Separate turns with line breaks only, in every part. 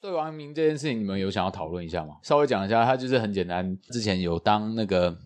对王阳明这件事情，你们有想要讨论一下吗？稍微讲一下，他就是很简单，之前有当那个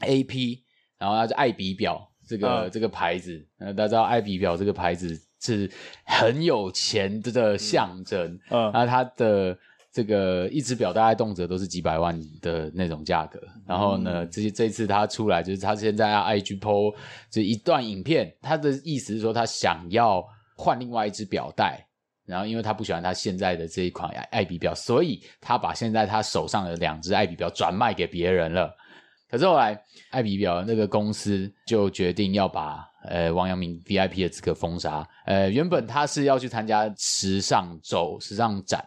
A P，然后他是爱彼表这个、
嗯
这个牌子，呃，大家知道爱彼表这个牌子是很有钱的象征，
嗯
那它的这个一只表大概动辄都是几百万的那种价格。然后呢，这这次它出来就是它现在要 IG PO 这一段影片，它的意思是说他想要换另外一只表带。然后，因为他不喜欢他现在的这一款爱爱彼表，所以他把现在他手上的两只爱彼表转卖给别人了。可是后来，爱彼表那个公司就决定要把呃王阳明 VIP 的资格封杀。呃，原本他是要去参加时尚周、时尚展，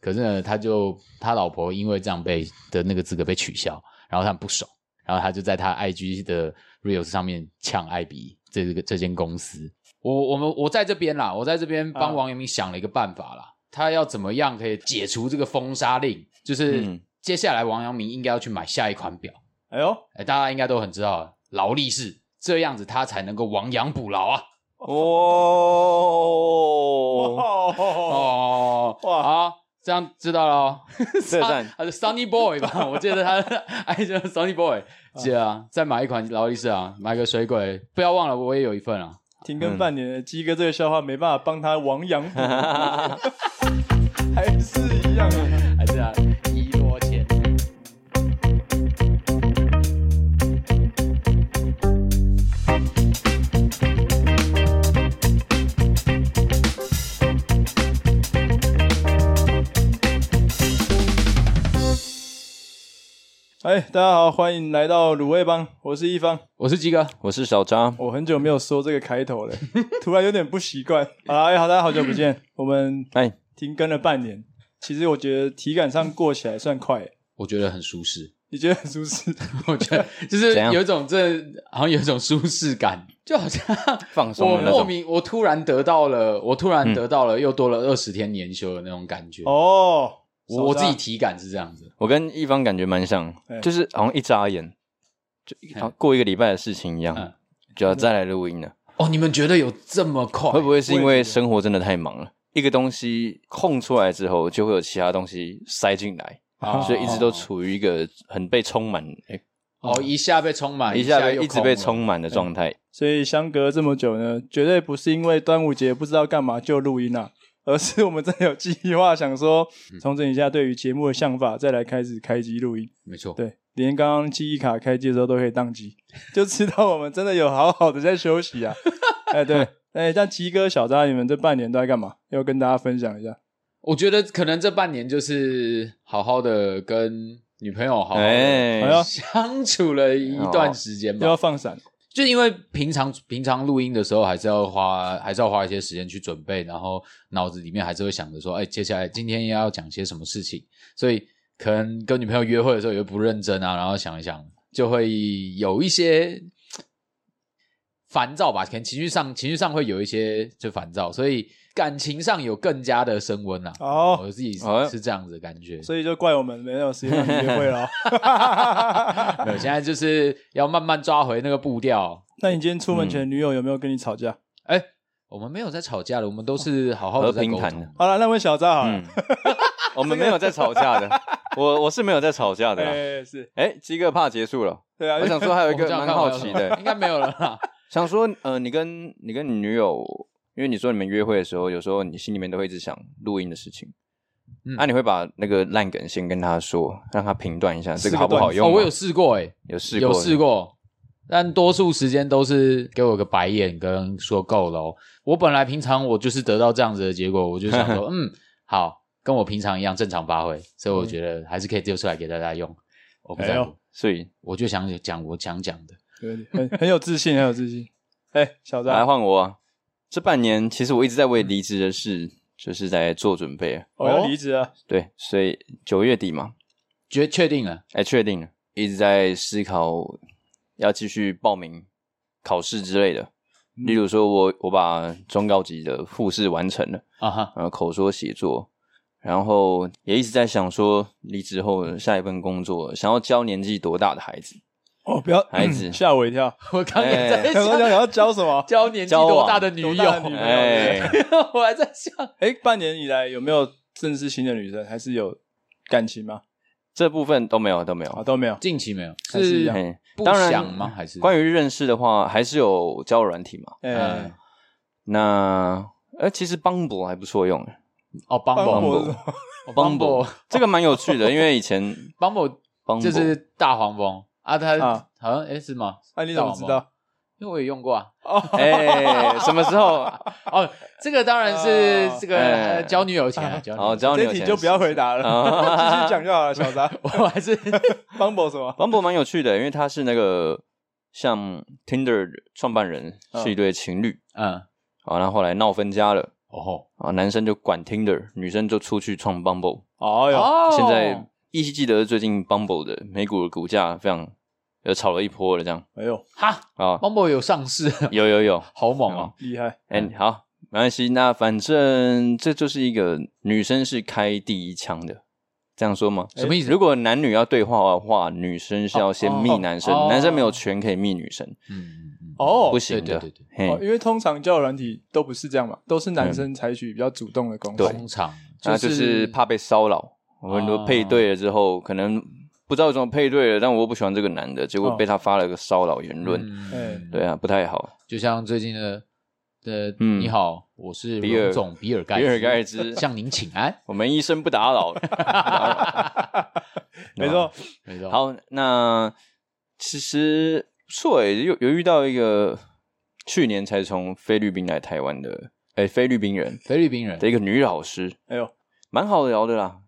可是呢，他就他老婆因为这样被的那个资格被取消，然后他很不爽，然后他就在他 IG 的 reels 上面呛艾比这个这间公司。我我们我在这边啦，我在这边帮
嗯
王阳明想了一个办法啦，他要怎么样可以解除这个封杀令？就是
嗯
接下来王阳明应该要去买下一款表。
哎呦，
哎，大家应该都很知道劳力士这样子，他才能够亡羊补牢啊！
哦，
哦，
哦，
哇
啊，这样知道了哦。
这个赞
他是 Sunny Boy 吧？ 我记得他的爱叫 Sunny Boy。姐啊，再买一款劳力士啊，买个水鬼，不要忘了我也有一份啊。
停更半年了，鸡哥这个笑话没办法帮他亡羊补牢， 还是一样啊。
还是啊，一落千。
哎，大家好，欢迎来到卤味帮，我是一方。
我是鸡哥，
我是小张，
我很久没有说这个开头 了，突然有点不习惯。好啦哎，好，大家好久不见，我们
哎，
停更了半年，其实我觉得体感上过起来算快，
我觉得很舒适，
你觉得很舒适？
我觉得就是
怎样
有一种这好像有一种舒适感，就好 像
放松
我
的那
莫
种，嗯
名我突然得到了，我突然得到了又多了二十天年休的那种感觉。
哦，
我我
手
自
札
己体感是这样子，
我跟一方感觉蛮像
哎，
就是好像一眨眼，就一
哎
好像过一个礼拜的事情一
嗯
样，就要再来录音了。
哦，你们觉得有这么快？
会不会是因
我也
为
觉得
生活真的太忙了？一个东西空出来之后，就会有其他东西塞进来，
哦
所以一直都处于一个很被充满，哎
哦一下被充满，
一下被
又
一直
空
被
了
充满的状态。
所以相隔这么久呢，绝对不是因为端午节不知道干嘛就录音啊，而是我们真的有计划，想说
嗯
重整一下对于节目的想法，再来开始开机录音。
没错，
对，连刚刚记忆卡开机的时候都可以宕机，就知道我们真的有好好的在休息啊。哎，对，哎，像鸡哥、小扎，你们这半年都在干嘛？要跟大家分享一下。
我觉得可能这半年就是好好的跟女朋友好好
哎
哎
哦呦
的相处了一段时间
又要
吧，
放闪，
就因为平常平常录音的时候还是要花还是要花一些时间去准备，然后脑子里面还是会想着说，哎，接下来今天要讲些什么事情，所以可能跟女朋友约会的时候也不认真啊，然后想一想就会有一些烦躁吧，可能情绪上情绪上会有一些就烦躁，所以感情上有更加的升温啊。
哦
我自己是,、
哦
是这样子的感觉。
所以就怪我们没有时间让你约会了。哦
没有，现在就是要慢慢抓回那个步调。
那你今天出门
嗯
前，女友有没有跟你吵架？
哎，我们没有在吵架了，我们都是好好的在沟
和平
通
谈。
好了，那问小扎好了
嗯。， 我们没有在吵架的，我我是没有在吵架的啦。
哎，是
哎，鸡哥怕结束了，
对啊，
我想说还有一
我
个
们这样
蛮
看
好
有什
奇
么
的，
应该没有了啦。
想说，呃，你跟你跟你女友，因为你说你们约会的时候，有时候你心里面都会一直想录音的事情，啊
嗯
那、你会把那个烂梗先跟她说，让她评断一下
是
这
个
个好不好
段子
用
哦，
吗、
我有试过、哎，
有试过
有试过，但多数时间都是给我个白眼跟说够了、哦。我本来平常我就是得到这样子的结果，我就想说，嗯，好，跟我平常一样正常发挥，所以
嗯
我觉得还是可以丢出来给大家用。我不在
哎
乎，
呦
所以
我就想讲我想讲的。
对很很有自信，很有自信。哎，小
来
扎，
换我啊。这半年其实我一直在为离职的事，就是在做准备。啊
我要离职啊了。
对，所以九月底嘛，
决确定了，
哎，确定了，一直在思考要继续报名考试之类的。
嗯
例如说我我把中高级的复试完成了。
啊哈，
呃口说写作，然后也一直在想说离职后下一份工作，想要教年纪多大的孩子，
哦，不要
孩子
吓我一跳。
我刚也在
哎
想说想
想
要教什 么？
交年纪多大的女友啊
交往多大的女，友
哎，
我还在想，
哎，半年以来有没有正式新的女生还是有感情吗？
这部分都没有都没
啊，
有。
都没有。
近期没有，
还是一样
嘿
不
当然
想吗？还是
关于认识的话，还是有交友软体嘛？
哎、
嗯
那呃，其实 Bumble 还不错用，
哦
我
，Bumble
是什么
哦 Bumble
这个蛮有趣的，因为以 前
Bumble
Bumble
就是大黄蜂啊，它
啊
好像哎是吗？
啊，你怎么知道？
因为我也用过啊。
哎，什么时候？
哦，这个当然
啊
是这个
哎
呃交女友前啊，交女
哦，
友前。
交
这
友
题
前
就不要回答了，
啊
继续讲就 好了，小杂。
我还是
Bumble 什么？
Bumble 蛮有趣的，因为它是那个像 Tinder 的创办人
嗯
是一对情侣
嗯，
啊，然后后来闹分家了
哦吼
啊，男生就管 Tinder，女生就出去创 Bumble。
哦哟，
哦，
哎现在依稀记得最近 Bumble 的美股的股价非常有炒了一波了，这样
哎呦，
哈
啊，
Bumble 有上市，
有有有，
好猛哦！
厉害！
哎、好，没关系。那反正这就是一个女生是开第一枪的，这样说吗？
什么意思
如果男女要对话的话，女生是要先密男生，
哦哦哦
男生没有权可以密女生，
嗯，嗯嗯
哦
不行的。
对对对
哦，
嘿，嗯
因为通常交友软体都不是这样嘛，都是男生采取比较主动的攻势。
通常
那就是怕被骚扰。我们都配对了之后，可能不知道怎么配对了，但我不喜欢这个男的，结果被他发了个骚扰言论。
嗯
对啊，不太好。
就像最近的的，
嗯
你好，我是
比尔
荣总比尔盖茨
比尔盖茨
向您请安。
我们医生不打扰。
没错，
没错，，
好，那其实不错诶，有有遇到一个去年才从菲律宾来台湾的，诶，菲律宾人
菲律宾人
的一个女老师，
哎呦，
蛮好聊的啦。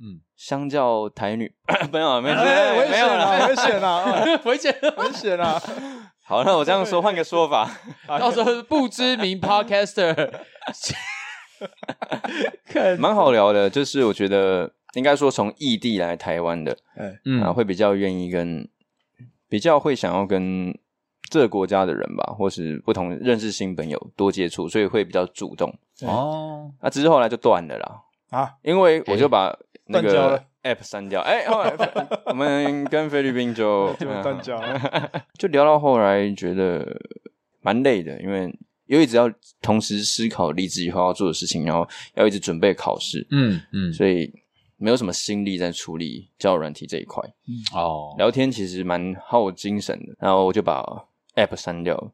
嗯，
相较台女， 没有啊没有
哎危
没
险
有
啊，
啦。
危险啊，
危险，
哦危险啊！
好，那我这样说，换个说法，
到时候不知名 podcaster 看，
蛮好聊的。就是我觉得应该说从异地来台湾的，
哎，
啊，
嗯，
会比较愿意跟，比较会想要跟这个国家的人吧，或是不同认识新朋友多接触，所以会比较主动。
哦，
啊，只是后来就断了啦，
啊，
因为我就把那
哎断交
个
了
app 删掉。哎、 后来我们跟菲律宾
哦
就
就
嗯
断交了。
就聊到后来觉得蛮累的，因为因为只要同时思考离职以后要做的事情，然后要一直准备考试，
嗯嗯，
所以没有什么心力在处理交友软体这一块。
哦，
聊天其实蛮耗精神的，然后我就把 app 删掉了。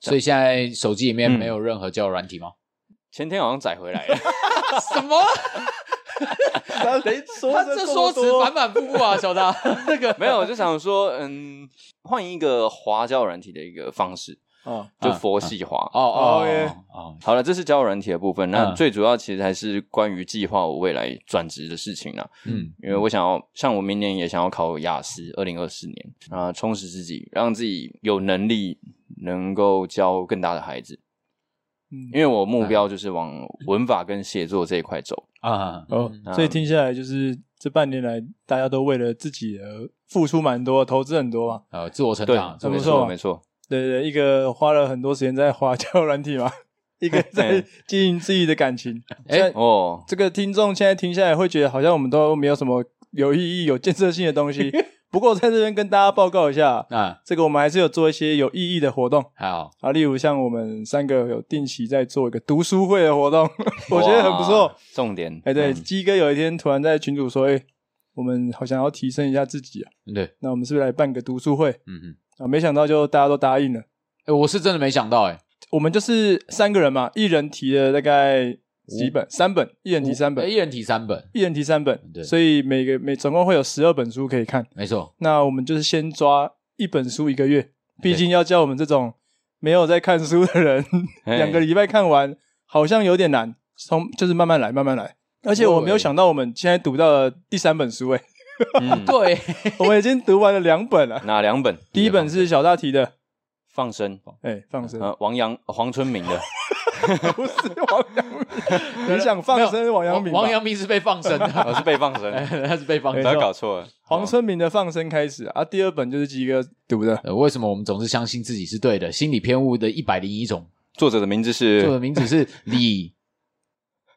所以现在手机里面
嗯
没有任何交友软体吗？
前天好像载回来了，
什么？
他得 说
他这说辞
哦
反反复复啊，小 达，那个
没有，我就想说，嗯，换一个滑交友软体的一个方式，
啊，
就佛系滑。
哦
哦耶
哦哦，
好了，这是交友软体的部分。那
嗯
最主要其实还是关于计划我未来转职的事情啦，
嗯
因为我想要，像我明年也想要考雅思，二零二四年啊，充实自己，让自己有能力能够教更大的孩子。
嗯
因为我目标就是往文法跟写作这一块走。
啊，
哦，所以听下来就是这半年来，大家都为了自己而付出蛮多，投资很多嘛。
呃，自我成
对
长，，
很
没
不错
错，
啊
没错。
对对对，一个花了很多时间在花交友软体嘛，一个在
对
经营自己的感情。
哎
哎，
哦，
这个听众现在听下来会觉得好像我们都没有什么有意义、有建设性的 东西。不过在这边跟大家报告一下，
啊，
这个我们还是有做一些有意义的活动
还好，
啊，例如像我们三个有定期在做一个读书会的活动， 我觉得很不错
哇。。重点，
哎，对，
嗯
鸡哥有一天突然在群主说：“哎，我们好想要提升一下自己啊，
对，
那我们是不是来办个读书会
嗯嗯，
啊？”没想到就大家都答应了。
哎，我是真的没想到，哎，
我们就是三个人嘛，一人提了大概几本，三本，一人提三
哎
本，
一人提三本，
一人提三本
对，
所以每个每总共会有十二本书可以看。
没错，
那我们就是先抓一本书一个月，毕竟要叫我们这种没有在看书的人，
嘿
两个礼拜看完好像有点难，从就是慢慢来，慢慢来。而且我没
欸
有想到，我们现在读到了第三本书、欸，
嗯
对，
我们已经读完了两本 了。
哪两本？
第一本是小大提的，
放生，
哎、放生，
啊
呃，王阳黄春明的，
不是 王阳明，你想放生王阳明吧？哦
王阳明是被放 生
我
的，
是被放 生，
他是被放
不
生
哎
要
的。
搞错了。
黄春明的放生开始啊，第二本就是鸡哥读的，
呃，为什么我们总是相信自己是对的？心理偏误的一百零一种，
作者的名字
作者
是
名字是李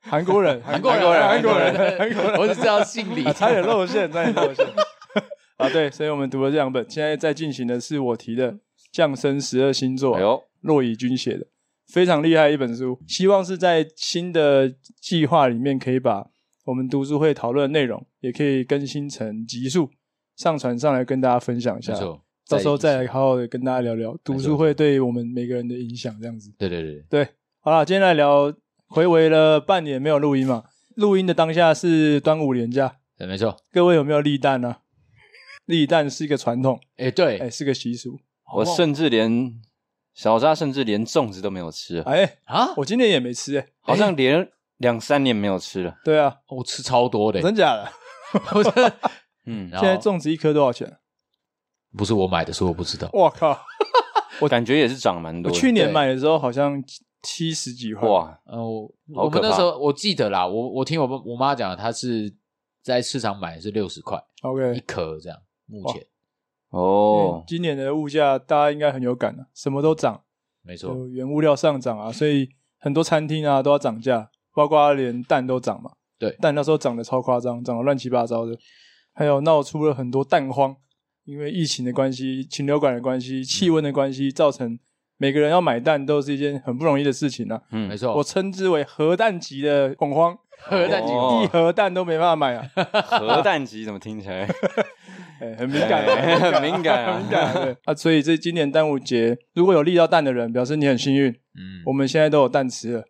韩国人，
韩国人，
韩国人，
韩国人，我只知道姓李
啊，。差点露馅，差点露馅。 啊，对，所以我们读了这两本，现在在进行的是我提的《降生十二星座
哎》，呦，
骆以军写的，非常厉害一本书。希望是在新的计划里面可以把我们读书会讨论的内容也可以更新成集数，上传上来跟大家分享一下
没。错，
到时候
在
再来好好的跟大家聊聊读书会对于我们每个人的影响，这样子。
对对对，
对，好啦，今天来聊，回违了半年没有录音嘛，录音的当下是端午连假，
对没错，
各位有没有立蛋呢、啊？立蛋是一个传统，
哎对
哎、是个习俗，
我甚至连小扎甚至连粽子都没有吃了，
哎、
啊，
我今年也没吃、哎，
好像连两三年没有吃了。
对啊，
哦我吃超多的，
真假的？
我真的
嗯，
然
现在
后
粽子一颗多少钱？啊
不是我买的，所以我不知 道。
我靠，
我感觉也是长蛮
我
多的。
去年
对
买的时候好像七十几块，
哇，
呃，我
好
我们
可
那时
怕
候我记得啦，我我听我爸我妈讲，她是在市场买的是六十块一
，OK，
颗这样，目前
哦
哦，，
今年的物价大家应该很有感了、什么都涨，
没错，
有原物料上涨啊，所以很多餐厅啊都要涨价，包括连蛋都涨嘛。
对
蛋那时候涨得超夸张，涨得乱七八糟的，还有闹出了很多蛋荒，因为疫情的关系、禽流感的关
嗯
系、气温的关系，造成每个人要买蛋都是一件很不容易的事情啊。
没
嗯，
错，
我称之为核弹级的恐慌，
哦核弹级
哦
一盒蛋都没办法买啊，
核弹级怎么听起来
哎很 敏感啊，
哎
很
很敏感啊
很敏感啊。对啊，所以这今年端午节如果有立到蛋的人，表示你很幸运，
嗯，
我们现在都有蛋吃了。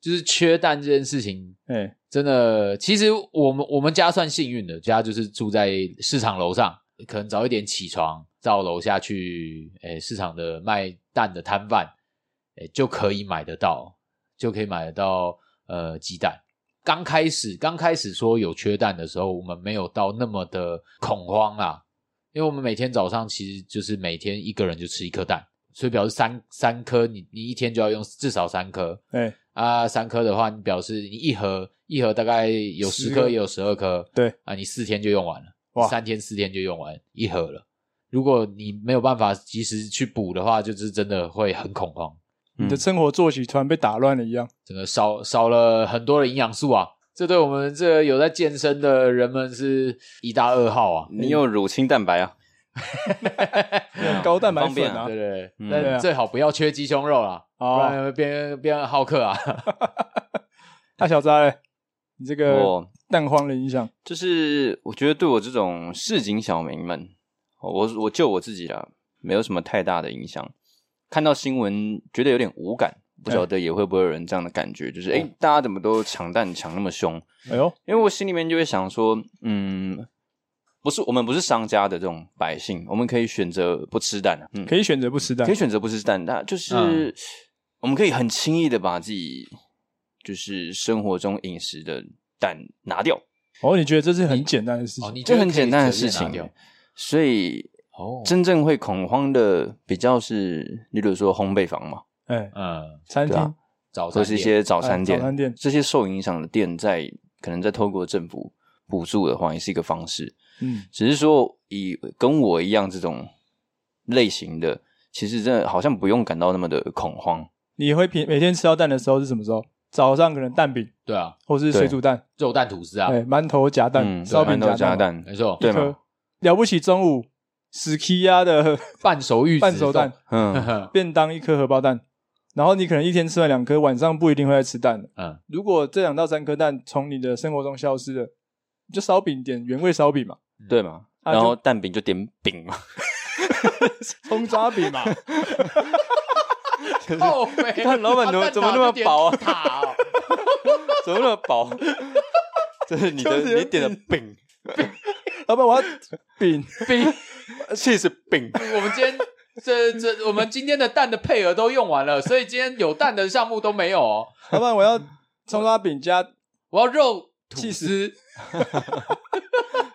就是缺蛋这件事情。
哎、
真的，其实我们我们家算幸运的，家就是住在市场楼上，可能早一点起床，到楼下去，诶，市场的卖蛋的摊贩，诶，就可以买得到，就可以买得到，呃，鸡蛋。刚开始刚开始说有缺蛋的时候，我们没有到那么的恐慌啦，因为我们每天早上其实就是每天一个人就吃一颗蛋，所以表示三三颗，你你一天就要用至少三颗，
哎、
啊，三颗的话，你表示你一盒一盒大概有
10
十颗，
个
也有十二颗，
对
啊，你四天就用完了，
哇
三天四天就用完一盒了。如果你没有办法及时去补的话，就是真的会很恐慌，
你的
嗯
生活作息突然被打乱了一样。
整个少少了很多的营养素啊，这对我们这个有在健身的人们是一大噩耗啊。
你有乳清蛋白啊？对啊
高蛋白
很方便
粉 啊
对对对，
嗯
但
对啊
最好不要缺鸡胸肉啦，
哦
不然会变变好客啊。
那、小扎嘞，你这个
我
蛋荒的影响，
哦就是我觉得对我这种市井小民们，哦我我就我自己啦，没有什么太大的影响。看到新闻觉得有点无感，不晓
嗯
得也会不会有人这样的感觉，就是哎、诶大家怎么都抢蛋抢那么凶？
哎呦，
因为我心里面就会想说，嗯，不是我们不是商家的这种百姓，我们可以选择不吃蛋啊，嗯，
可以选择不吃蛋
可以，选择不吃蛋，那就是、
嗯
我们可以很轻易的把自己就是生活中饮食的蛋拿掉，
哦，你觉得这是很简单的事
哦，
情？
你觉
这
得
很
可以
简单的
随便
事
拿掉
情。所以
哦，
真正会恐慌的比较是，例如说烘焙房嘛，
哎、
嗯，
餐厅、
对啊
早
或
餐
是一
店
些早餐
哎
店，
早餐店
这些受影响的店在可能在透过政府补助的话，也是一个方式。
嗯，
只是说以跟我一样这种类型的，其实真的好像不用感到那么的恐慌。
你会平每天吃到蛋的时候是什么时候？早上可能蛋饼
对啊，
或是水煮蛋，
肉蛋吐司啊，
哎，馒头夹蛋、
嗯，
烧饼
馒头
夹
夹
蛋，
蛋，
没错，
对
一颗
吗？
了不起，中午死 K 鸭的
半熟玉子
半熟蛋
冻， 哦
嗯，
便当一颗荷包蛋，然后你可能一天吃完两颗，晚上不一定会再吃蛋了。
嗯，
如果这两到三颗蛋从你的生活中消失了，你就烧饼点原味烧饼嘛，
对嘛。
啊
然
就
后蛋饼嗯就点饼 嘛，
葱抓饼嘛，
靠北
看老板怎么
啊
怎么那么薄啊
蛋挞哦
怎么那么 薄？这是你的
就是有
你点的饼，
老 板我要饼，
比
气是饼。
我们今天这这我们今天的蛋的配额都用完了，所以今天有蛋的项目都没有哦。
老板我要葱抓饼加
我要肉吐
气
司
死，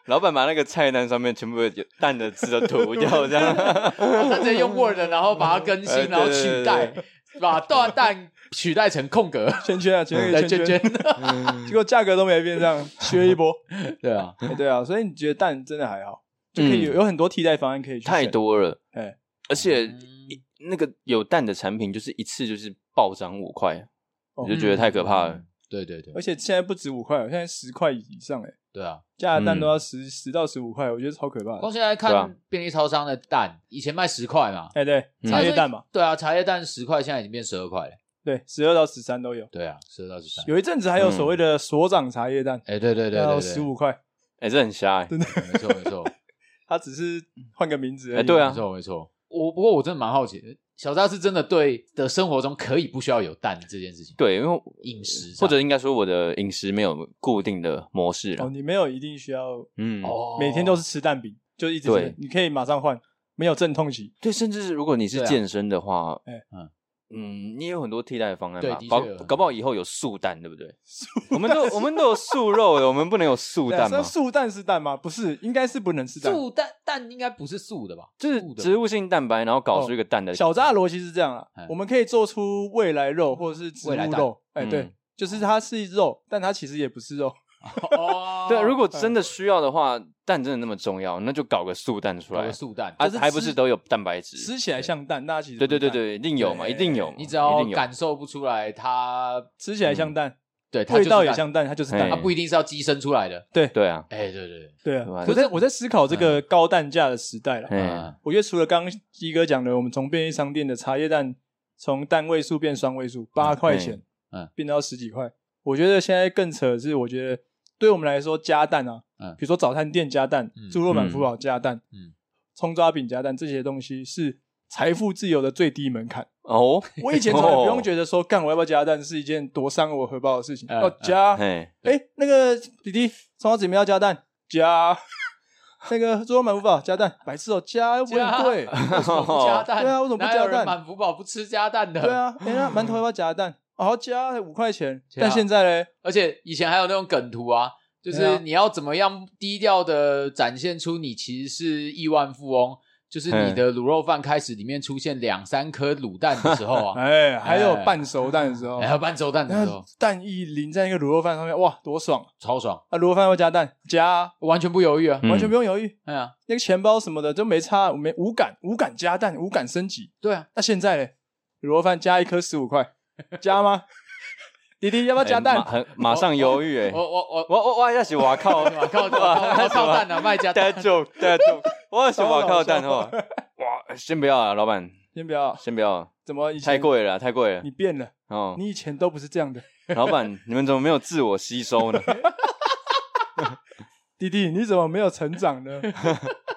老板把那个菜单上面全部有蛋的字都涂掉，这样。
他直接用 Word，然后把它更
哎
新，
对
然后取代
对，
把大蛋取代成空格。
圈圈啊，圈一
来
个圈
圈
圈， 结果价格都没变，这样削一波。
对啊，
哎对啊，所以你觉得蛋真的还好，就可以有
嗯
有很多替代方案可以去选
太，多了，
哎
而且
嗯
一那个有蛋的产品就是一次就是暴涨五块，
哦
我就觉得太可怕了。
对对对
而，且现在不止五块，现在十块以上哎，
对啊，
加的
嗯
蛋都要十十到十五块，我觉得超可怕
光
的。
现在
对
看
啊
便利超商的蛋，以前卖十块嘛，
哎对，
嗯
茶叶蛋嘛，
对啊，茶叶蛋十块，现在已经变十二块了。
对，十二到十三都有。
对啊，十二到十三。
有一阵子还
嗯
有所谓的所长茶叶蛋，
哎、对对对对
要
对，
十五块，
哎，这很瞎哎。
没错没 错，
它只是换个名字而已。
哎对啊
没错没错。我不过我真的蛮好奇的，小扎是真的对的生活中可以不需要有蛋这件事情，
对，因为
饮食上
或者应该说我的饮食没有固定的模式
哦，
了。
你没有一定需要
嗯，
哦，
每天都是吃蛋饼，就一直
对
吃，你可以马上换，没有阵痛期。
对，甚至是如果你
对
是
啊
健身的话，
哎
嗯
嗯，你也有很多替代方案
对
吧
的？确
搞
有很多
搞不好以后有素蛋，对不对？我们都我们都有素肉的，我们不能有素
啊
蛋
那
吗？
素蛋啊是蛋吗？不是，应该是不能吃蛋。
素蛋蛋应该不是素的 吧？
就是
素的哦
植物性蛋白，然后搞出一个蛋哎的
小扎的逻辑是这样啊
嗯，
我们可以做出未来肉或者是植物
未来蛋
肉，哎，
嗯
对，就是它是肉，但它其实也不是肉，
哦
对啊，如果真的需要的话，蛋真的那么重要，那就搞个素蛋出
搞
来
哦个，素蛋，
啊
就是，吃
还不是都有蛋白质？
吃起来像蛋，但它其实
对
不
对
是
对
蛋，
对，一定有嘛，
对
一定有嘛，
你只要
一定有
感受不出来它，
吃起来像蛋，
嗯
对它就
味
是
道也
蛋
像蛋，它就是
它
蛋啊
哎。
不一定是要鸡生出来的。
对啊，
哎、对对
对啊
对吧，嗯
我在我在思考这个高蛋价的时代了。
对，
哎，
我觉得除了刚刚鸡哥讲的，我们从便利商店的茶叶蛋从单位数变双位数，八块钱，
嗯嗯
变到十几块。我觉得现在更扯的是，我觉得对我们来说加蛋啊，
嗯
比如说早餐店加蛋
嗯，
猪肉满福堡加蛋，
嗯，
葱抓饼加蛋这些东西是财富自由的最低门槛。
哦，
我以前从来不用
得，
觉得说干我要不要加蛋是一件多伤我荷包的事情，
嗯
要加，
哎，
哎、那个弟弟，葱花子里面要加蛋，加。那个猪肉满福堡加蛋，白痴哦、加又不会很
为
贵。
什么不加蛋？
对啊为什么不加蛋
哪有人满福宝不吃加蛋的，
对，啊，哎、那馒头要不要夹蛋？哦，加五块钱。
加
但现在嘞，
而且以前还有那种梗图啊，就
对
是
啊
你要怎么样低调的展现出你其实是亿万富翁，就是你的卤肉饭开始里面出现两三颗卤蛋的时候 啊，
哎、还有半熟蛋的时候，
还有半熟蛋的时
那
候，
蛋一淋在那个卤肉饭上面，哇，多爽啊！
超爽，
啊，卤肉饭要不要加蛋，加啊，
完全不犹豫啊，
嗯
完全不用犹豫。
哎呀，
那个钱包什么的都没差，没无感，无感加蛋，无感升级。
对啊，
那现在嘞，卤肉饭加一颗十五块， 加吗？弟弟要不要加蛋？
哎马很
哦
马上犹豫，哎
我，我我
我我我要是我 靠，
我靠，我靠，我靠蛋啊，卖家
大
蛋
家中，大家中，我是
超
我
搞
靠
笑
蛋哦，哇，先不要啊，老板，
先不要，
先不要，
怎么以前
太贵了，太贵了
你，变了，
哦，
你以前都不是这样的。
老板，你们怎么没有自我吸 收呢？
弟弟，你怎么没有成长呢？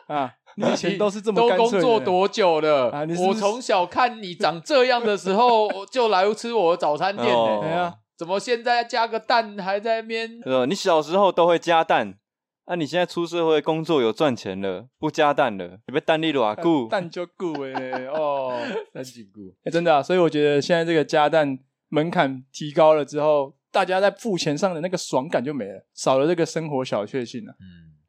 啊，你以前都是这么
都
干脆
工
的
作多久了？
啊你是不是
我从小看你长这样的时候，我就来吃我的早餐店呢、
哦
哎 呀，
怎么现在加个蛋还在那 边？
呃，你小时候都会加蛋，啊，你现在出社会工作有赚钱了，不加蛋了，你被蛋力多啊顾，
哎 蛋就够哎哦、
三几股
哎真的、啊，所以我觉得现在这个加蛋门槛提高了之后，大家在付钱上的那个爽感就没了，少了这个生活小确幸了、啊。
嗯，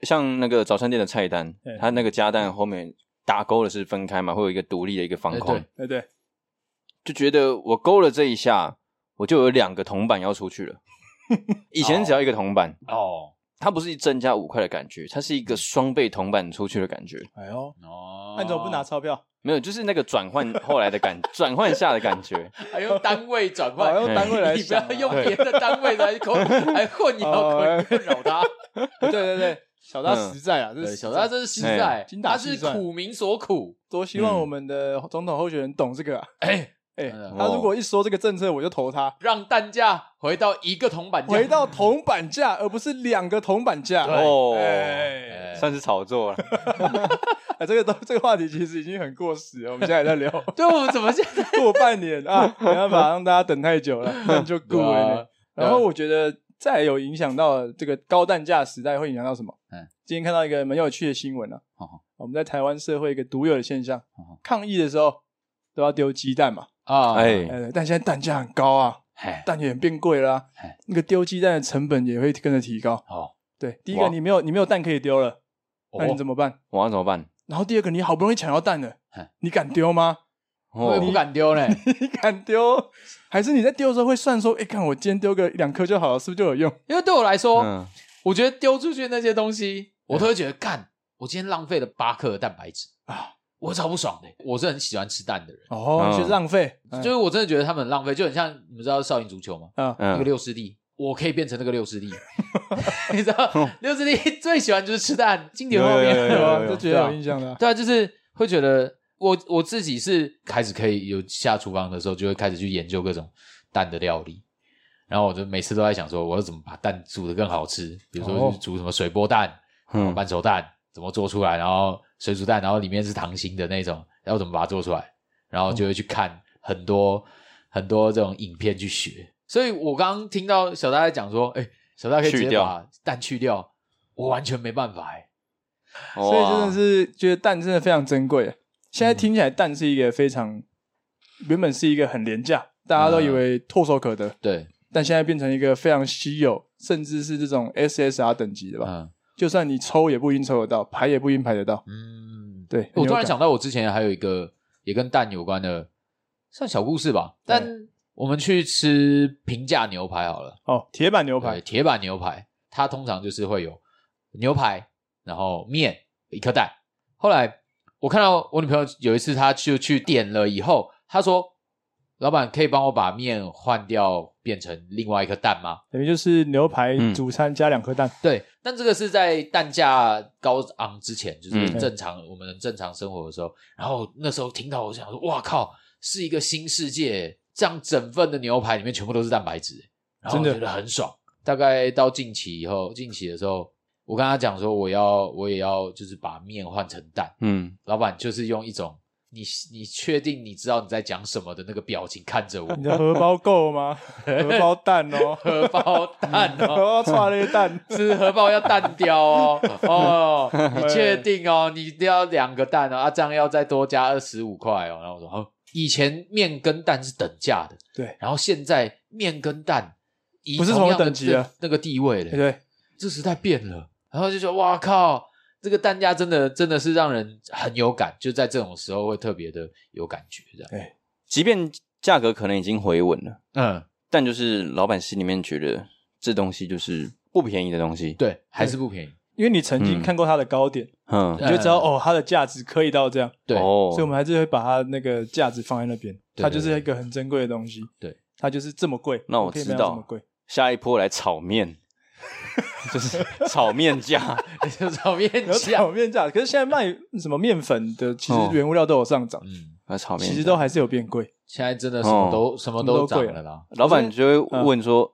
像那个早餐店的菜单
对，
它那个加蛋后面打勾的是分开嘛，会有一个独立的一个方
哎
框
对，
对对，
就觉得我勾了这一下，我就有两个铜板要 出去了。以前只要一个铜板，
哦
它不是一增加五块的感觉，它是一个双倍铜板出去的感觉。
哎呦，
哦
那你怎么不拿？钞票？
没有，就是那个转换 后来的感，转换下的感觉。
还用单位转
哦
换？
用单位来
你不
想啊
要用别的单位 来混，还混淆
哦哎
困扰 他。
对对对，小大
嗯
实在啊，这
对，
是
小大
这
这是实在
哎，精
他
打
是
细算
苦民所苦。
多希
嗯
望我们的总统候选人懂这个、啊。
哎，
哎、
真的
他如果一说这个政策，我就 投他。
让蛋价回到一个铜板价，
回到铜板价，而不是两个铜板价。
对
哦，
哎，
哎
算是炒 作了。
啊，这个都 这个话题其实已经很过时了，我们现在还在聊
对我们怎么现 在？
过半年啊，没办法让大家等太久了，那就顾 为
对
了
啊。
然后我觉得再有影响到这个高蛋价时代会影响到什么？
嗯
今天看到一个蛮有趣的新闻啊
好好，
我们在台湾社会一个独有的现象
好好，
抗议的时候都要丢鸡蛋嘛，
啊
哎，
呃，但现在蛋价很高啊，
哎，
蛋也变贵啦
哎，
那个丢鸡蛋的成本也会跟着提高。
好，
对，第一个
哇
你没有你没有蛋可以丢了，那你
么？
怎么办？
我要怎么办？
然后第二个，你好不容易抢到蛋了
哎，
你敢丢吗？
我
哦
也，不敢丢 呢。
你敢丢？还是你在丢的时候会算说，哎，看我今天丢个两颗就好了，是不是就有用？
因为对我来说，
嗯，
我觉得丢出去那些东西，我
嗯
都会觉得干，我今天浪费了八克的蛋白质啊
啊，
我超不爽的。我是很喜欢吃蛋的人，
哦，
嗯
就是浪费，
就是我真的觉得他们很浪费，就很像你们知道少林足球吗？
啊，
那个
嗯，
六师弟，我可以变成那个六师 弟，你知道，六师弟最喜欢就是吃蛋，经典画
有有
对
有有
面。
啊
有，有
这绝对有印象的啊。
对啊，就是会觉得我我自己是开始可以有下厨房的时候，就会开始去研究各种蛋的料理。然后我就每次都在想说，我要怎么把蛋煮得更好吃？比如说
哦
就是煮什么水波蛋、
嗯
嗯、半熟蛋怎么做出来，然后水煮蛋，然后里面是溏心的那种，要怎么把它做出来？然后就会去看很多、很多这种影片去学。所以我刚刚听到小大在讲说，哎，小大可以直
去
接
掉
把蛋去掉，我完全没办法哎、
哦
所以真的
哇
是觉得蛋真的非常珍贵。啊现在听起来蛋是一个非常，原本是一个很廉价，大家都以为唾手可得，
对，
但现在变成一个非常稀有，甚至是这种 SSR 等级的吧。
嗯
就算你抽也不一定抽得到，排也不一定排得到。
嗯，
对，
我突然
哎很有感，
想到，我之前还有一个也跟蛋有关的，算小故事吧。但我们去吃平价牛排好了，
哦，铁板牛
对
排，
铁板牛排，它通常就是会有牛排，然后面一颗蛋。后来我看到我女朋友有一次，她就去点了以后，她说：“老板，可以帮我把面换掉，变成另外一颗蛋吗？”
等于就是牛排
嗯
主餐加两颗蛋。
对，但这个是在蛋价高昂之前，就是
嗯
正常、我们正常生活的时候。然后那时候听到，我想说，哇靠，是一个新世界！这样整份的牛排里面全部都是蛋白质，欸然后我
真的
觉得很爽。大概到近期以后，近期的时候，我跟他讲说，我要我也要就是把面换成蛋。
嗯，
老板就是用一种你你确定你知道你在讲什么的那个表情看 着我
你，的荷包够吗？荷包蛋哦，
荷包蛋
荷
哦。。
包差了一个蛋
吃荷包要蛋雕哦，哦，你确定哦？你一定要两个蛋哦，啊，这样要再多加二十五块哦。然后我说，哦，以前面跟蛋是等价的，
对
然后现在面跟蛋以
不是
同样的
同等级了
这那个地位了，
对，
这时代变了。然后就觉得，哇靠，这个蛋价真的真的是让人很有感，就在这种时候会特别的有感觉，这样。
即便价格可能已经回稳了，
嗯，
但就是老板心里面觉得这东西就是不便宜的东西。
对，还是不便宜。
因为你曾经
嗯
看过它的高点，
嗯，
你就知道
嗯
哦，它的价值可以到这样。
对，
哦，
所以我们还是会把它那个价值放在那边，
对
它就是一个很珍贵的东西。
对，
它就是这么贵。
那我
我可以
知
卖到
道
这么贵，
下一波来炒 面，就是炒面价。
就炒面
然后
价，
炒面价，可是现在卖什么面粉的，其实
哦
原物料都有上涨，
嗯，
啊，炒面
其实
价
都还是有变贵。
现在真的什么都什么都涨了啦。
老板就会
嗯
问说，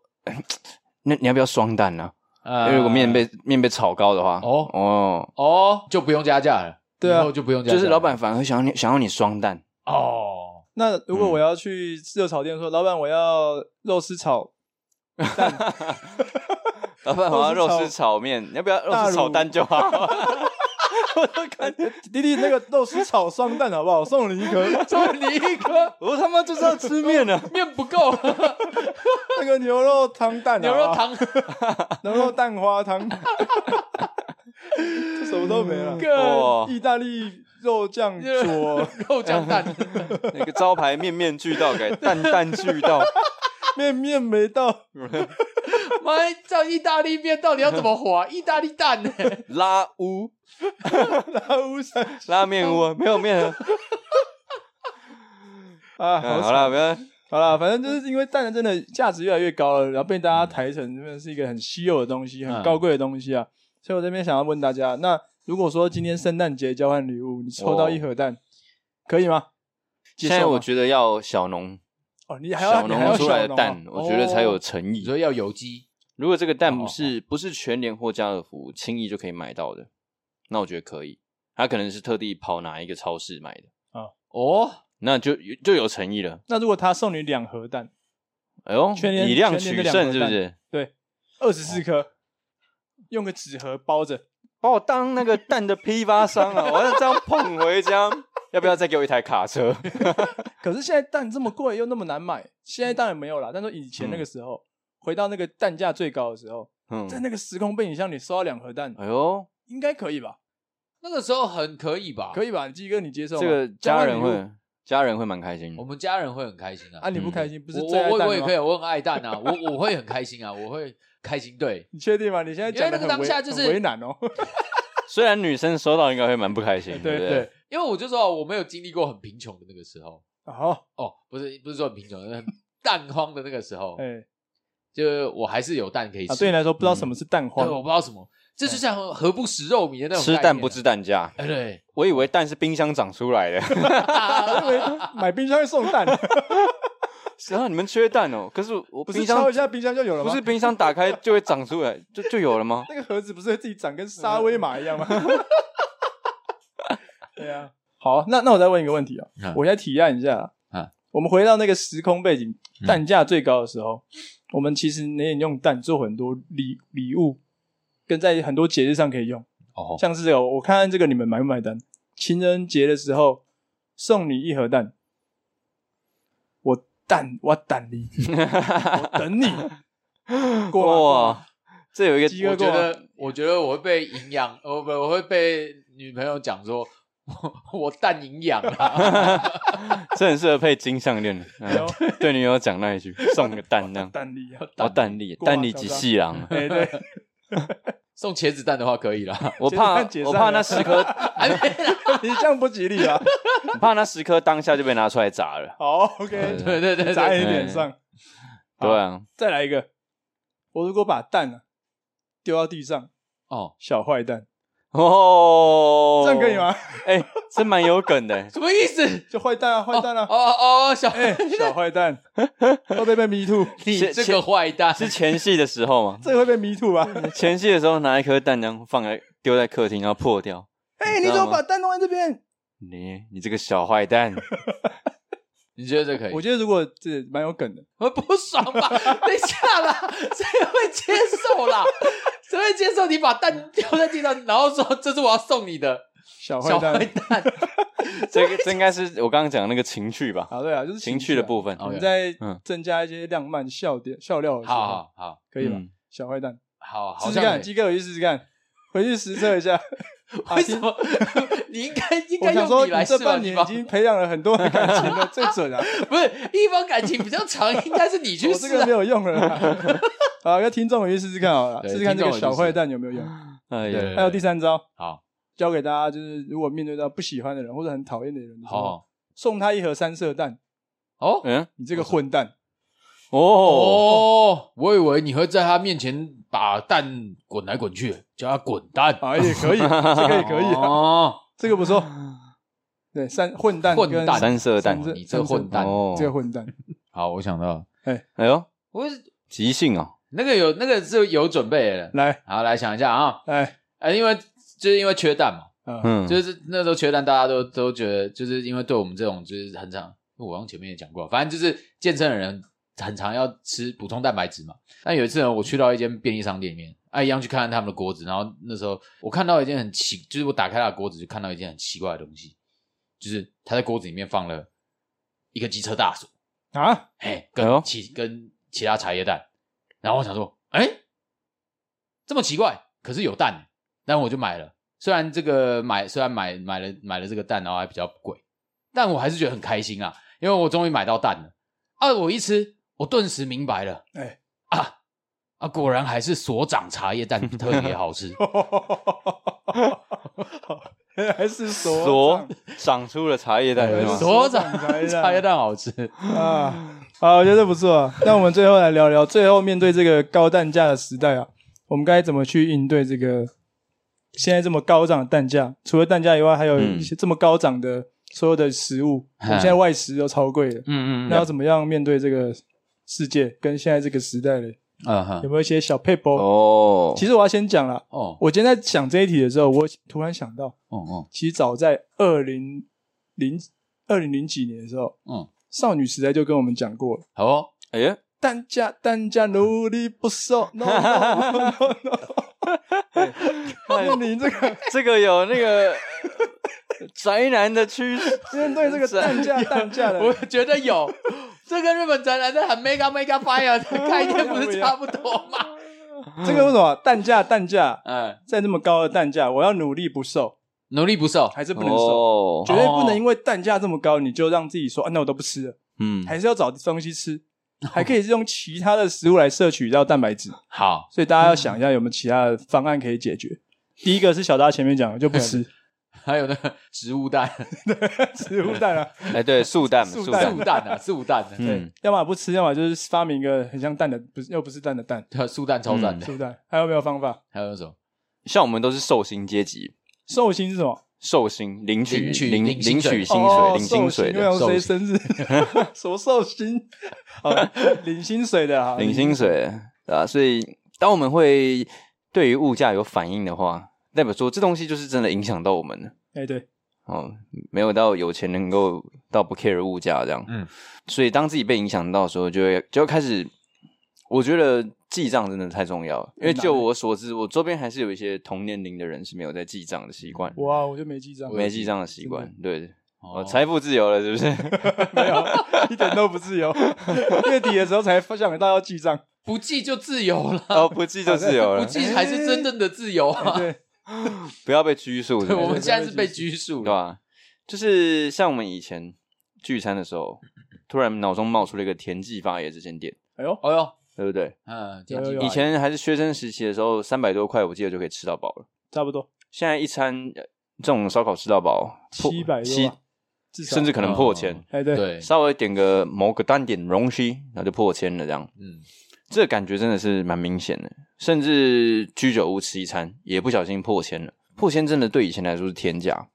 那你要不要双蛋呢？因
呃
为如果面
啊
被面被炒高的话，
哦
哦，
哦，就不用加价了，
对啊
以后就不用加价
就
了，
是老板反而想要你想要你双蛋，
哦，
那如果
嗯
我要去热炒店说，老板我要肉丝炒
老板我要
肉
肉
丝炒
丝炒 面，你要不要
大
肉
乳
丝炒蛋就好？
弟弟那个肉丝炒双蛋好不好？送你一颗。
送你一颗
我他妈就是要吃面啊！
面不 够，
那个牛肉汤蛋、啊
牛肉、 汤
牛肉蛋花汤，什么都没了。
嗯
个
哇
意大利肉 酱佐
肉酱蛋，
那个招牌面面俱到，改蛋蛋俱到。
面面没到，
妈，这样意大利面到底要怎么 活啊？意大利蛋呢？
拉乌
拉乌山
拉面 屋啊没有面了。
啊，好
嗯，好
惨
了，不要。
好了，反正就是因为蛋真的价值越来越高了，然后被大家抬成真的是一个很稀有的东西，
嗯
很高贵的东西啊。所以我这边想要问大家，那如果说今天圣诞节交换礼物，你抽到一盒蛋，可以吗？接
哦现
受吗
在我觉得要小农
哦，你还要
小
你还要
农哦出来
小农
的
啊
蛋，我觉得才有诚
你
意。
说要有机，
如果这个蛋不是不是全联或家乐福轻易就可以买到的，那我觉得可以。他可能是特地跑哪一个超市买的，
哦，
那就就有诚意了。
那如果他送你两盒蛋，
哎呦，
全联
以量
全
取
联的两
胜
个
是不是？
对，二十
哦
四颗，用个纸盒包着，
把我当那个蛋的批发商啊，我要这样捧回家。要不要再给我一台卡车？
可是现在蛋这么贵，又那么难买，现在当然没有啦。但是以前那个时候，回到那个蛋价最高的时候，
嗯，
在那个时空背景下，你收到两盒蛋，
哎呦，
应该可以吧？
那个时候很可以吧？
可
以，
以吧？鸡哥，你接受吗
啊这个
交
家
换
人
礼物
会家人会蛮开心的
我。们家人会很开心
啊？
啊。
你不开心，不是
我
最爱
我
蛋吗？
我也可以，我很爱蛋 啊，我我会很开心啊，我会开心。对，
你确定吗？你现在讲
因为那
的
个
很
当
为
下就是
很为难哦。
虽然女生收到应该会蛮不开心，
对
不
对，，
因为我就说啊我没有经历过很贫穷的那个时候，
好，
哦，不是不是说很贫穷，很蛋荒的那个时候，
哎，
就是我还是有蛋可以吃。
啊，对你来说，不知道什么是蛋
对，
黄
我不知道什么，这就像何不食肉糜的那种
吃
概
蛋
念
不知蛋价，
哎对，
我以为 蛋是冰箱长出来的，
嗯
我以为买冰箱会送蛋，
然后你们缺蛋哦，可是我
不是
冰
敲
箱
一下冰箱就有了吗？
不是冰箱打开就会长出来，就就有了吗？
那个盒子不是会自己长跟
嗯
沙威玛一样吗？ 对啊。好，那那我再问一个问题啊
嗯，
我再提案一下
嗯。
我们回到那个时空背景，蛋价最高的时候，我们其实也用蛋做很多礼礼物，跟在很多节日上可以用，
哦，
像是这个，我看看这个你们买不买单？情人节的时候送你一盒蛋，我蛋我蛋你， 我等你， 过吗过
哇，这有一
饥饿
个
我
过
觉得，我觉得我会被营养，我不，我会被女朋友讲说，我我淡营养啊啦。
这很适合配金项链，嗯对女友讲那一句，送个蛋这 样，
蛋你啊！
哦蛋力
过啊
蛋力
小
几
张
细郎，
哎、对，
送茄子蛋的话可以啦，哎
我
结
怕
蛋解
我
散
怕
了
那十颗，
你这样不吉 利啊！
我怕那十颗当下就被拿出来砸了。
好
对
，OK，
对对对
砸 在
对，哎
你脸上。
对啊，
再来一个，我如果把蛋啊丢到地上，
哦，，
小坏蛋，
哦，
这样可以吗？
哎，这蛮有梗 的
什么意思？
就坏蛋啊，坏蛋啊！
哦哦哦，小
哎、小坏蛋会被被 me too，
你
先
这
先
个坏蛋，
是前戏的时候吗？
这个会被 me too 吧？
前戏的时候拿一颗蛋浆放在丢在客厅，然后破掉。
哎、你
你知
怎
道
么
吗
把蛋弄在这边？
你你这个小 坏蛋，
你觉得这可以？
我觉得如果这蛮有梗的，
我不爽吧？等一下啦，谁会接受啦？谁会接受你把蛋丢在地上，然后说这是我要送你的
小坏
小
蛋
坏蛋？
这个这应该是我刚刚讲的那个情趣吧，
啊，对啊，就是
情
趣
趣
啊
的部分。
我们
OK
再
嗯
增加一些浪漫笑点、笑料的时候
好 好好
可以吧？
嗯
小坏蛋，
好，好
试试
像
看，
可以
鸡哥回去试试看，回去实测一下。
为什么？ 你应该应
我
该
想说，
用
你
来
这
试啊吧？
半年已经培养了很多的感情 了，最准啊！
不是一方感情比较长，应该是你去
我这
试
个
啊
没。有用了 啦。好，跟听众回去试试看好了，
对
试试看这个
听众回去
小坏蛋有没有用。
哎
对
呀，
还有第三招，
好，
教给大家，就是如果面对到不喜欢的人或者很讨厌的人的时候，
好
送他一盒三色蛋，
哦
嗯，
你这个混蛋，
哦，
哦，我以为你会在他面前把蛋滚来滚去，叫他滚蛋。
啊，也可以， 这个也可以啊，
哦，
这个 不错。对，三混蛋
混
跟
蛋
三色蛋
哦三，色
你这混蛋！
哦
这，个混蛋，
好，我想到了
哎呦，
我
即兴哦，
那个有那个是有准备的。
来
好，来想一下啊，
来，
呃，因为就是因为缺蛋嘛，
啊，
嗯，
就是那时候缺蛋，大家都都觉得，就是因为对我们这种就是很常，我刚前面也讲过，反正就是健身的人很常要吃补充蛋白质嘛。但有一次呢，我去到一间便利商店里面，啊，一样去看看他们的锅子，然后那时候我看到一件很奇，就是我打开他的锅子就看到一件很奇怪的东西，就是他在锅子里面放了一个机车大锁。
啊，
哎，
哎呦
跟其、跟其他茶叶蛋，然后我想说，哎，这么奇怪，可是有蛋，然后我就买了。虽然这个买虽然买买了买了这个蛋，然后还比较贵，但我还是觉得很开心啊，因为我终于买到蛋了。啊，我一吃，我顿时明白了，
哎
啊啊，果然还是所长茶叶蛋特别好吃。
还是
所
所
长出了茶叶蛋
对
是吗？
所
所
长
长茶叶蛋
茶叶蛋好吃，
啊，好，我觉得这不错啊。那我们最后来聊聊，最后面对这个高蛋价的时代啊，我们该怎么去应对这个现在这么高涨的蛋价？除了蛋价以外，还有
嗯
一些这么高涨的所有的食物，我们现在外食都超贵了。
嗯
那要怎么样面对这个世界跟现在这个时代嘞？
嗯哼
有没有一些小 paper？
哦，
其实我要先讲啦，
哦
我今天在想这一题的时候，我突然想到，
哦哦
其实早在二零零二零零几年的时候，
嗯，
少女时代就跟我们讲过了。
好哦，
哎 呀，
单价单价努力不 收，no no no no no。面临这个
这个有那个呃宅男的趋势，
面对这个单价单价的，
我觉得 有，这跟日本宅男在喊 mega mega fire 的概念不是差不多吗？
这个为什么单价单价
嗯，
在这么高的单价，我要努力不瘦，
努力不瘦，
还是不能瘦，
哦
绝对不能因为单价这么高，你就让自己说啊，那我都不吃了，
嗯，
还是要找东西吃，还可以是用其他的食物来摄取到蛋白质。
好，
所以大家要想一下有没有其他的方案可以解决。第一个是小大前面讲的，就不吃
还有那个植物 蛋，
植物蛋啊，
哎，对，素蛋，
素
素
素
蛋，
蛋啊， 素蛋啊，
嗯
对，要么不吃，要么就是发明一个很像蛋的，不是又不是蛋的蛋，
对，素蛋超
嗯
赞的
是，不是？还有没有方法？
还有什么？
像我们都是寿星阶级，
寿星是什么？
寿星领取
领取
领
领薪水
取薪
哦
水领薪水
寿星我想谁
的
生日？什么寿星？好领薪水的啊，
领薪水，对吧？所以当我们会对于物价有反应的话，代表说这东西就是真的影响到我们了。
哎，对，
哦，没有到有钱能够到不 care 物价这样。
嗯，
所以当自己被影响到的时候，就会就会开始，我觉得记账真的太重要了。因为就我所知，我周边还是有一些同年龄的人是没有在记账的习
嗯
惯，
哇，我就没记账，
没记账的习惯。对，我
哦，
财富自由了，是不是？
没有，一点都不自 由。月底的时候才发想到要记账，
不记就自由了，
哦，不记就自由
不
了，
记才是真正的自由
哎
啊！
对，
不要被拘束。
对，我们
对
现在是被拘束
对啊
了。
吧？就是像我们以前聚餐的时候，突然脑中冒出了一个田记发爷这间店，
哎呦，
哎呦，
对不对？
嗯，
有有有啊
以
以
前
前还是学生时期的时候，三百多块我记得就可以吃到饱了。
差不多
现在一餐呃这种烧烤吃到饱，破
七百多
七
吧，，至少
甚至可能破千。
哎对，
对，
稍微点个某个单点东西，那就破千了。这样，
嗯，
这感觉真的是蛮明显的。甚至居酒屋吃一餐，也不小心破千了。破千真的对以前来说是天价，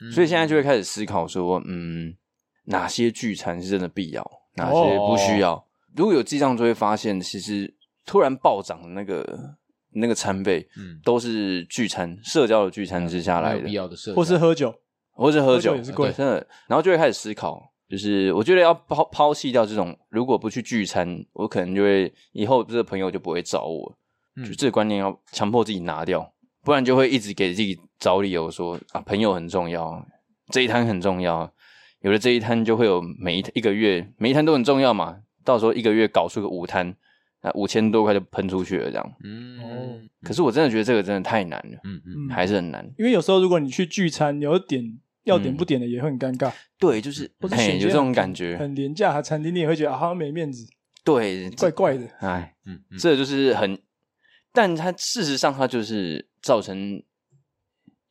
嗯
所以现在就会开始思考说，嗯，哪些聚餐是真的必要，哪些不需要。如果有记账，就会发现，其实突然暴涨的那个那个餐费，
嗯
都是聚餐、社交的聚餐之下
没
来
有必
的，
要的社交，
或是喝酒，
或是喝
喝酒
酒
也是贵
对真的。然后就会开始思考，就是我觉得要抛抛弃掉这种，如果不去聚餐，我可能就会以后这个朋友就不会找我。
嗯
就这个观念要强迫自己拿掉，不然就会一直给自己找理由说啊，朋友很重要，这一摊很重要。有了这一摊，就会有每一一个月每一摊都很重要嘛。到时候一个月搞出个五摊，那五千多块就喷出去了这样。
嗯，
可是我真的觉得这个真的太难了，
嗯嗯
嗯，
还是很难。
因为有时候如果你去聚餐，有点要点
嗯
不点的也会很尴尬，
对，就是
或者嗯
嘿，
选
有
些
这种
很
感觉，
很廉价的餐厅，你也会觉得啊好像没面子，
对，
怪
这
怪的。
哎，
嗯嗯，
这就是很，但它事实上它就是造成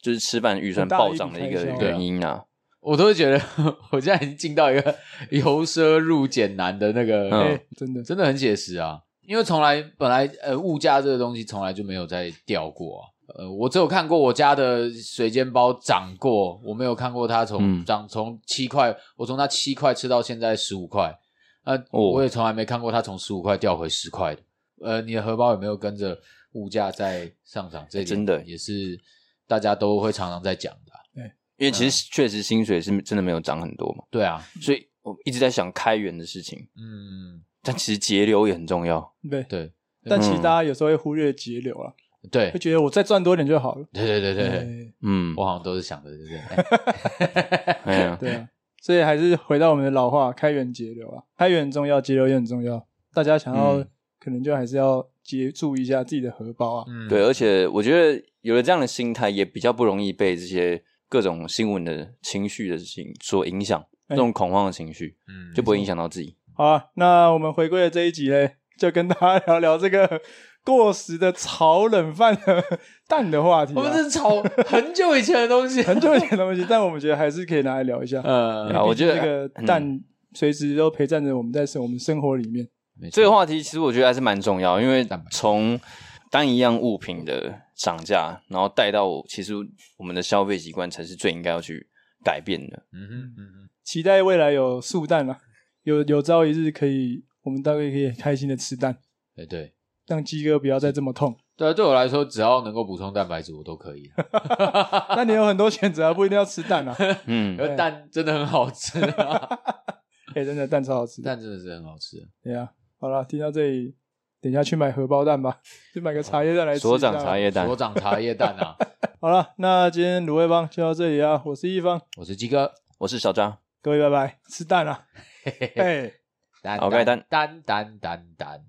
就是吃饭预算
很大的
暴
一
涨
笔
的一
开
个
销
原因啊，
我都会觉得 我现在已经进到一个由奢入俭难的那个，
嗯
哎，真的，
真的很写实啊。因为从来本来呃物价这个东西从来就没有在掉过啊。呃，我只有看过我家的水煎包涨过，我没有看过它从
嗯
涨从七块，我从它七块吃到现在十五块，呃，
哦
我也从来没看过它从十五块掉回十块的。呃，你的荷包有没有跟着物价在上涨？这一点
哎真的
也是大家都会常常在讲的啊、
因为其
嗯
实确实薪水是真的没有涨很多嘛，
对啊，
嗯
所以我一直在想开源的事情，
嗯，
但其实节流也很重要，
对。
对
但其实
嗯
大家有时候会忽略节流啊，
对
会觉得我再赚多点就好了。
对对对对对，
哎
嗯，
我好像都是想的对不对？哎
哎呀，
对啊，所以还是回到我们的老话，开源节流啊，开源很重要，节流也很重要。大家想要、
嗯
可能就还是要节注意一下自己的荷包啊。
嗯
对，而且我觉得有了这样的心态，也比较不容易被这些各种新闻的情绪的事情所影响，这
哎
种恐慌的情绪
嗯
就不会影响到自己。
好啊，那我们回归的这一集嘞，就跟大家聊聊这个过时的炒冷饭的 蛋的话题、
我们这
啊。
是炒很久以前的东西，
很久 以前的东西，但我们觉得还是可以拿来聊一下。
呃
啊，我
毕竟
觉得
这个
嗯
蛋随时都陪伴着我们在生我们生活里面。
这个话题其实我觉得还是蛮重要，因为
蛋白
从单一样物品的涨价，然后带到其实我们的消费习惯才是最应该要去改变的。
嗯哼嗯哼，
期待未来有素蛋啊， 有有朝一日可以，我们大概可以开心的吃蛋，
对哎对
让鸡哥不要再这么痛。
对啊，对我来说，只要能够补充蛋白质，我都可以。啊
那你有很多选择啊，不一定要吃蛋啊。
嗯，
而蛋真的很好吃啊，
哎、真的蛋超好吃 的。
蛋真的是很好吃。
对呀、好了，听到这里，等一下去买荷包蛋吧， 去买个茶叶蛋来吃。
所长茶。叶蛋
所，长茶叶蛋啊，
好了，那今天卤味帮就到这里啊，我是一方，
我是鸡哥，
我是小张，
各位拜拜，吃蛋啊，
嘿嘿嘿
哎。
蛋
好盖蛋
蛋蛋蛋蛋。